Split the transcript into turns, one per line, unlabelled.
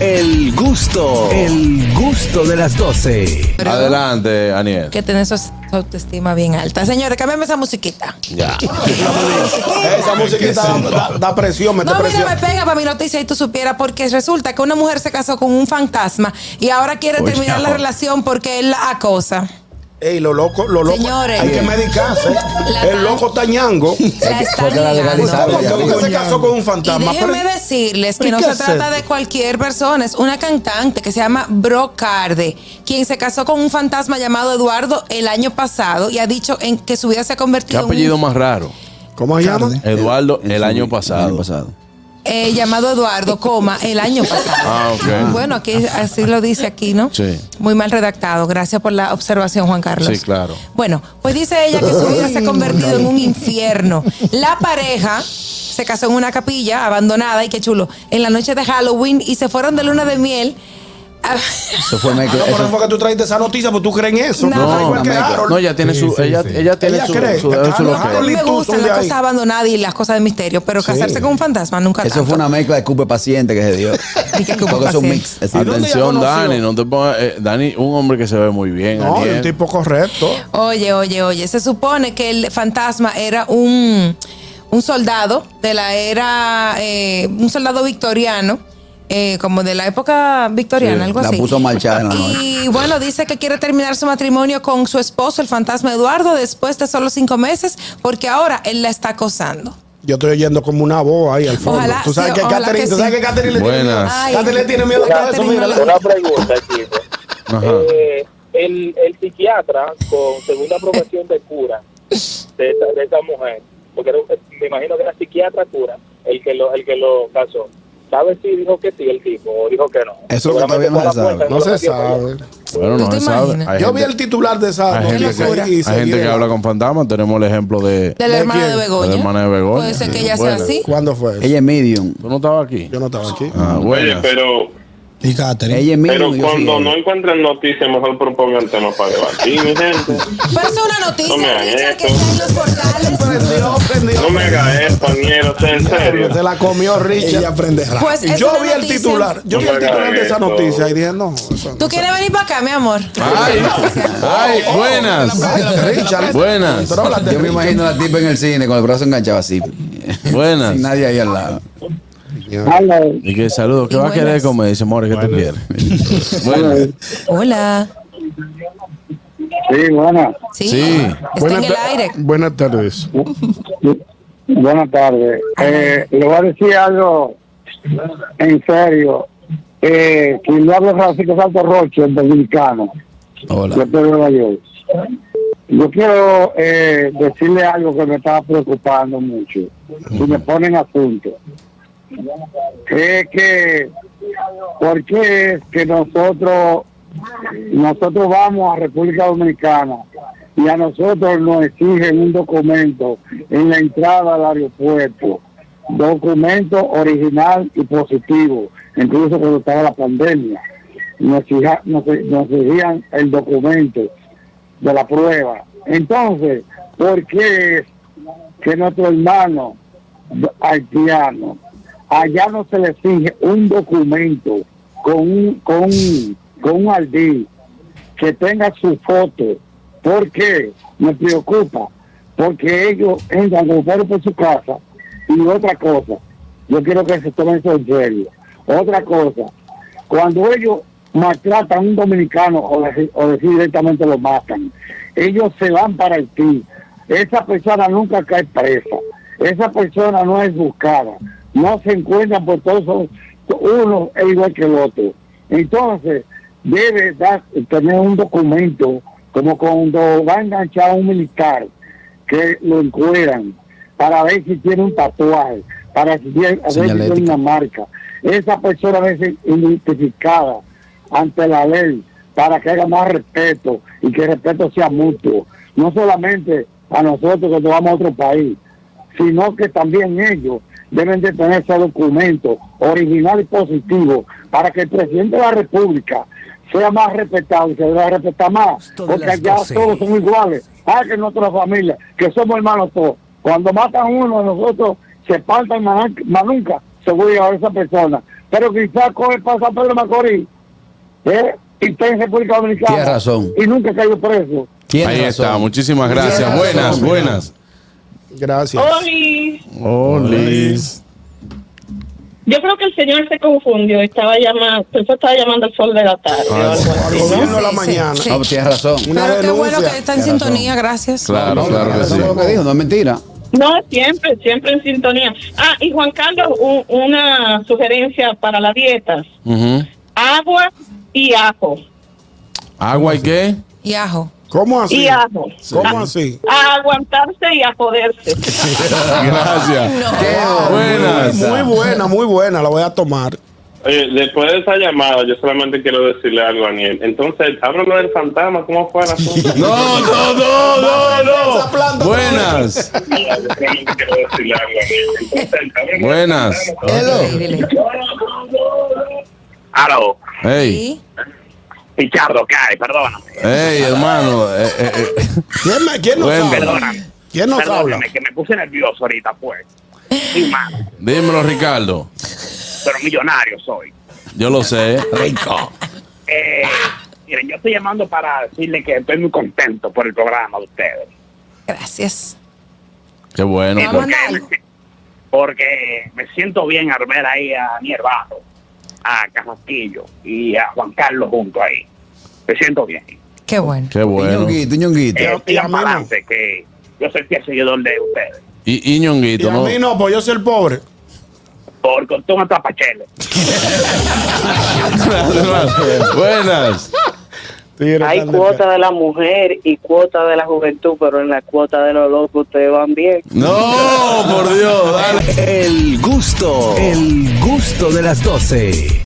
El gusto, el gusto de las 12.
Pero
Adelante, Aniel.
Que tenés su su autoestima bien alta. Señores, cámbiame esa musiquita.
Ya.
Esa musiquita da, da- da presión, mete
No, mira,
presión.
me pega para mi noticia y tú supieras, porque resulta que una mujer se casó con un fantasma y ahora quiere
Oye,
terminar la
ahora.
relación porque él la acosa.
Ey, lo loco, lo loco.
Señores.
Hay que medicarse.
La-
El loco está ñango.
La están
que la
ligando.
legalizaron.
¿Cómo que usted se casó con un
Y
fantasma?
déjenme
Pero-
decirles que
¿Pero
no
y
se
qué hacer?
trata de cualquier persona, es una cantante que se llama Brocarde, quien se casó con un fantasma llamado Eduardo el año pasado y ha dicho en que su vida se ha
¿Qué
convertido en
apellido
un-
más raro?
¿Cómo se llama?
Eduardo, el año pasado.
eh, llamado Eduardo, coma, el año pasado.
Ah, ok.
Bueno, aquí así lo dice aquí, ¿no?
Sí.
Muy mal redactado. Gracias por la observación, Juan Carlos.
Sí, claro.
Bueno, pues dice ella que su vida se ha convertido en un infierno. La pareja se casó en una capilla abandonada y qué chulo. En la noche de Halloween y se fueron de luna de miel. a-
Eso fue
Ah,
Michael.
Por eso
eso-
fue que tú trajiste esa noticia, pues tú crees en eso.
No,
Tú crees
No,
igual que Harold.
no, ella tiene
Sí,
su,
sí,
ella,
sí.
ella tiene
Ella
su,
cree,
su dedo en su
claro,
loquero.
A mí me
Carlitos,
gustan
son de
las
ahí.
cosas abandonadas y las cosas de misterio, pero casarse con un fantasma nunca
Eso
tanto.
fue una mezcla de cupe paciente que se dio.
Y que cupe
Porque es un
paciente. Ah,
mix. es
¿Y dónde
intenso.
Atención,
ella conoció?
Dani, no te pongas. eh, Dani, un hombre que se ve muy bien.
No,
Aniel.
un tipo correcto.
Oye, oye, oye, se supone que el fantasma era un, un soldado de la era, eh, un soldado victoriano, eh, como de la época victoriana,
Sí,
algo
La
así.
puso marchada en la noche.
Y bueno, dice que quiere terminar su matrimonio con su esposo, el fantasma Eduardo, después de solo cinco meses, porque ahora él la está acosando.
Yo estoy oyendo como una voz ahí al fondo.
Ojalá,
tú sabes
sí,
que
ojalá
Catherine,
que
tú
sí.
sabes que Catherine le tiene miedo.
Buenas.
Ay,
Catherine le tiene miedo a eso,
Catherine
mira.
no
la-
la-
Una pregunta, chicos.
Ajá.
Eh, el, el psiquiatra, con segunda aprobación de cura de esa, de esa mujer, porque era un- me imagino que era psiquiatra cura el que lo, el que lo casó. ¿Sabes si dijo que sí el tipo o dijo que no?
Eso es lo que todavía no se sabe.
No se sabe.
Bueno,
¿Tú
no
te
se sabe.
imaginas?
Hay
Yo vi
gente-
el titular de esa
Hay gente,
noticia
que,
y- y
hay gente
seguí
que
de-
habla con fantasmas. Tenemos el ejemplo de.
De la
¿De
hermana
quién?
de Begoña.
De la hermana de Begoña.
Puede ser que ella
Bueno.
sea así.
¿Cuándo fue eso?
Ella es medium.
¿Tú no estabas aquí?
Yo no estaba aquí.
Ah,
Oye,
bueno.
pero,
Y Catherine.
Ella es
pero
medium. y yo soy
cuando
ella.
no encuentran noticias, mejor propongan temas para debatir, mi gente.
Pero es una
No me
noticia,
hagas
Richard, que
esto.
está en los portales.
Prendió, prendió.
No me hagas esto, Aniel, o sea, en serio.
Se la comió Richard.
Ella aprende rápido.
Pues es
yo
una
vi el
noticia.
titular. Yo vi
No
el
me
titular de esa
hagas esto.
noticia y dije, no. eso no.
¿Tú quieres venir para acá, mi amor?
Ay, Ah, ay, buenas.
Ay, Richard.
Buenas.
Pero habla de
Yo me
Richard.
imagino a la tipa en el cine con el brazo enganchado así.
Buenas.
Sin nadie ahí al lado.
Y que saludo. ¿Qué
Y
va a querer
buenas.
comer? Dice, More, ¿qué tú quieres? Buenas.
Hola.
Sí, buenas.
Sí.
Sí.
Está en el aire.
Buenas tardes.
Buenas tardes. Eh, le voy a decir algo en serio. Eh, quien le habla es Francisco Santos Roche, el dominicano. Yo
Hola.
estoy en Nueva York. Yo quiero eh, decirle algo que me está preocupando mucho. Si me ponen asunto. Es que, ¿por qué es que nosotros, nosotros vamos a República Dominicana y a nosotros nos exigen un documento en la entrada al aeropuerto? Documento original y positivo, incluso cuando estaba la pandemia nos, exija- nos, nos exigían el documento de la prueba. Entonces, ¿por qué es que nuestro hermano haitiano, allá no se le exige un documento con un, con un, con un ID que tenga su foto? ¿Por qué? Me preocupa. Porque ellos entran como fueron por su casa y otra cosa. Yo quiero que se tomen eso en serio. Otra cosa, cuando ellos maltratan a un dominicano o, deci- o decir directamente lo matan, ellos se van para Haití. Esa persona nunca cae presa. Esa persona no es buscada. No se encuentran por todos son- uno es igual que el otro. Entonces, debe dar, tener un documento como cuando va enganchado un militar que lo encueran para ver si tiene un tatuaje, para si tiene, a ver si tiene
Señalética.
una marca. Esa persona debe ser identificada ante la ley para que haya más respeto y que el respeto sea mutuo. No solamente a nosotros que nos vamos a otro país, sino que también ellos deben de tener ese documento original y positivo para que el presidente de la República sea más respetado y se deba respetar más,
Gusto de
porque
las
allá
12.
todos son iguales, ah, que nuestra familia, que somos hermanos todos. Cuando matan a uno de nosotros, se partan más nunca, se voy a esa persona,
pero quizás coge pasa Pedro Macorís ¿eh? y está en República Dominicana.
Tienes razón.
Y nunca cayó preso.
Tienes
Ahí
razón.
está, muchísimas gracias.
Tienes
buenas,
razón,
buenas.
Gracias.
Oli,
Olis.
yo creo que el señor se confundió. Estaba llamando, estaba llamando al sol de la tarde. o algo
Al
así, ¿no?
gobierno de la
Sí, sí,
mañana.
sí.
No, tienes razón.
Una
Pero qué
denuncia.
bueno que está en
Tienes
sintonía, gracias.
Claro,
No,
claro
no,
que
eso
sí.
fue lo que dijo, no es mentira.
No, siempre, siempre en sintonía. Ah, y Juan Carlos, un- una sugerencia para las dietas.
Ujú.
Agua y ajo.
¿Agua y qué?
Y ajo.
¿Cómo así?
Y ajo.
¿Cómo así?
A aguantarse y a joderse.
Gracias.
Qué
Buenas.
Muy buena, muy buena. La voy a tomar.
Oye, después de esa llamada, yo solamente quiero decirle algo a Aniel. Entonces, háblanos del fantasma, ¿cómo fue el asunto?
No, no, no, no, no.
Esa planta
buenas.
Yo solamente quiero decirle algo a Aniel. Entonces, háblanos del
Buenas.
Sí, dile.
fantasma. Aló,
Hey,
Sí.
Pichardo, cae, perdóname,
hey, hermano. eh, eh, eh.
¿Quién, me- quién nos
Bueno.
habla?
perdóname.
¿Quién nos
Perdóname,
habla?
que me puse nervioso ahorita, pues. Sí, mano,
Dímelo, Ricardo.
pero millonario soy.
Yo lo sé. Rico.
Eh, miren, yo estoy llamando para decirle que estoy muy contento por el programa de ustedes.
Gracias.
Qué bueno. pues.
Te va a
pero-
mandar algo.
Porque me siento bien al ver ahí a Aniel Bajo, a Cajasquillo y a Juan Carlos junto ahí. Me siento bien.
Qué bueno.
Qué bueno.
Ñonguito, Ñonguito.
Eh,
y a
sigan
mí no.
para adelante, que yo soy fiel seguidor de ustedes.
Y, y
Y
Ñonguito,
a
¿no?
mí no, pues yo soy el pobre.
Por con todo tapachelo.
Buenas.
Hay cuota de la mujer y cuota de la juventud, pero en la cuota de los locos ustedes van bien.
No, por Dios, dale.
El gusto, el gusto de las 12.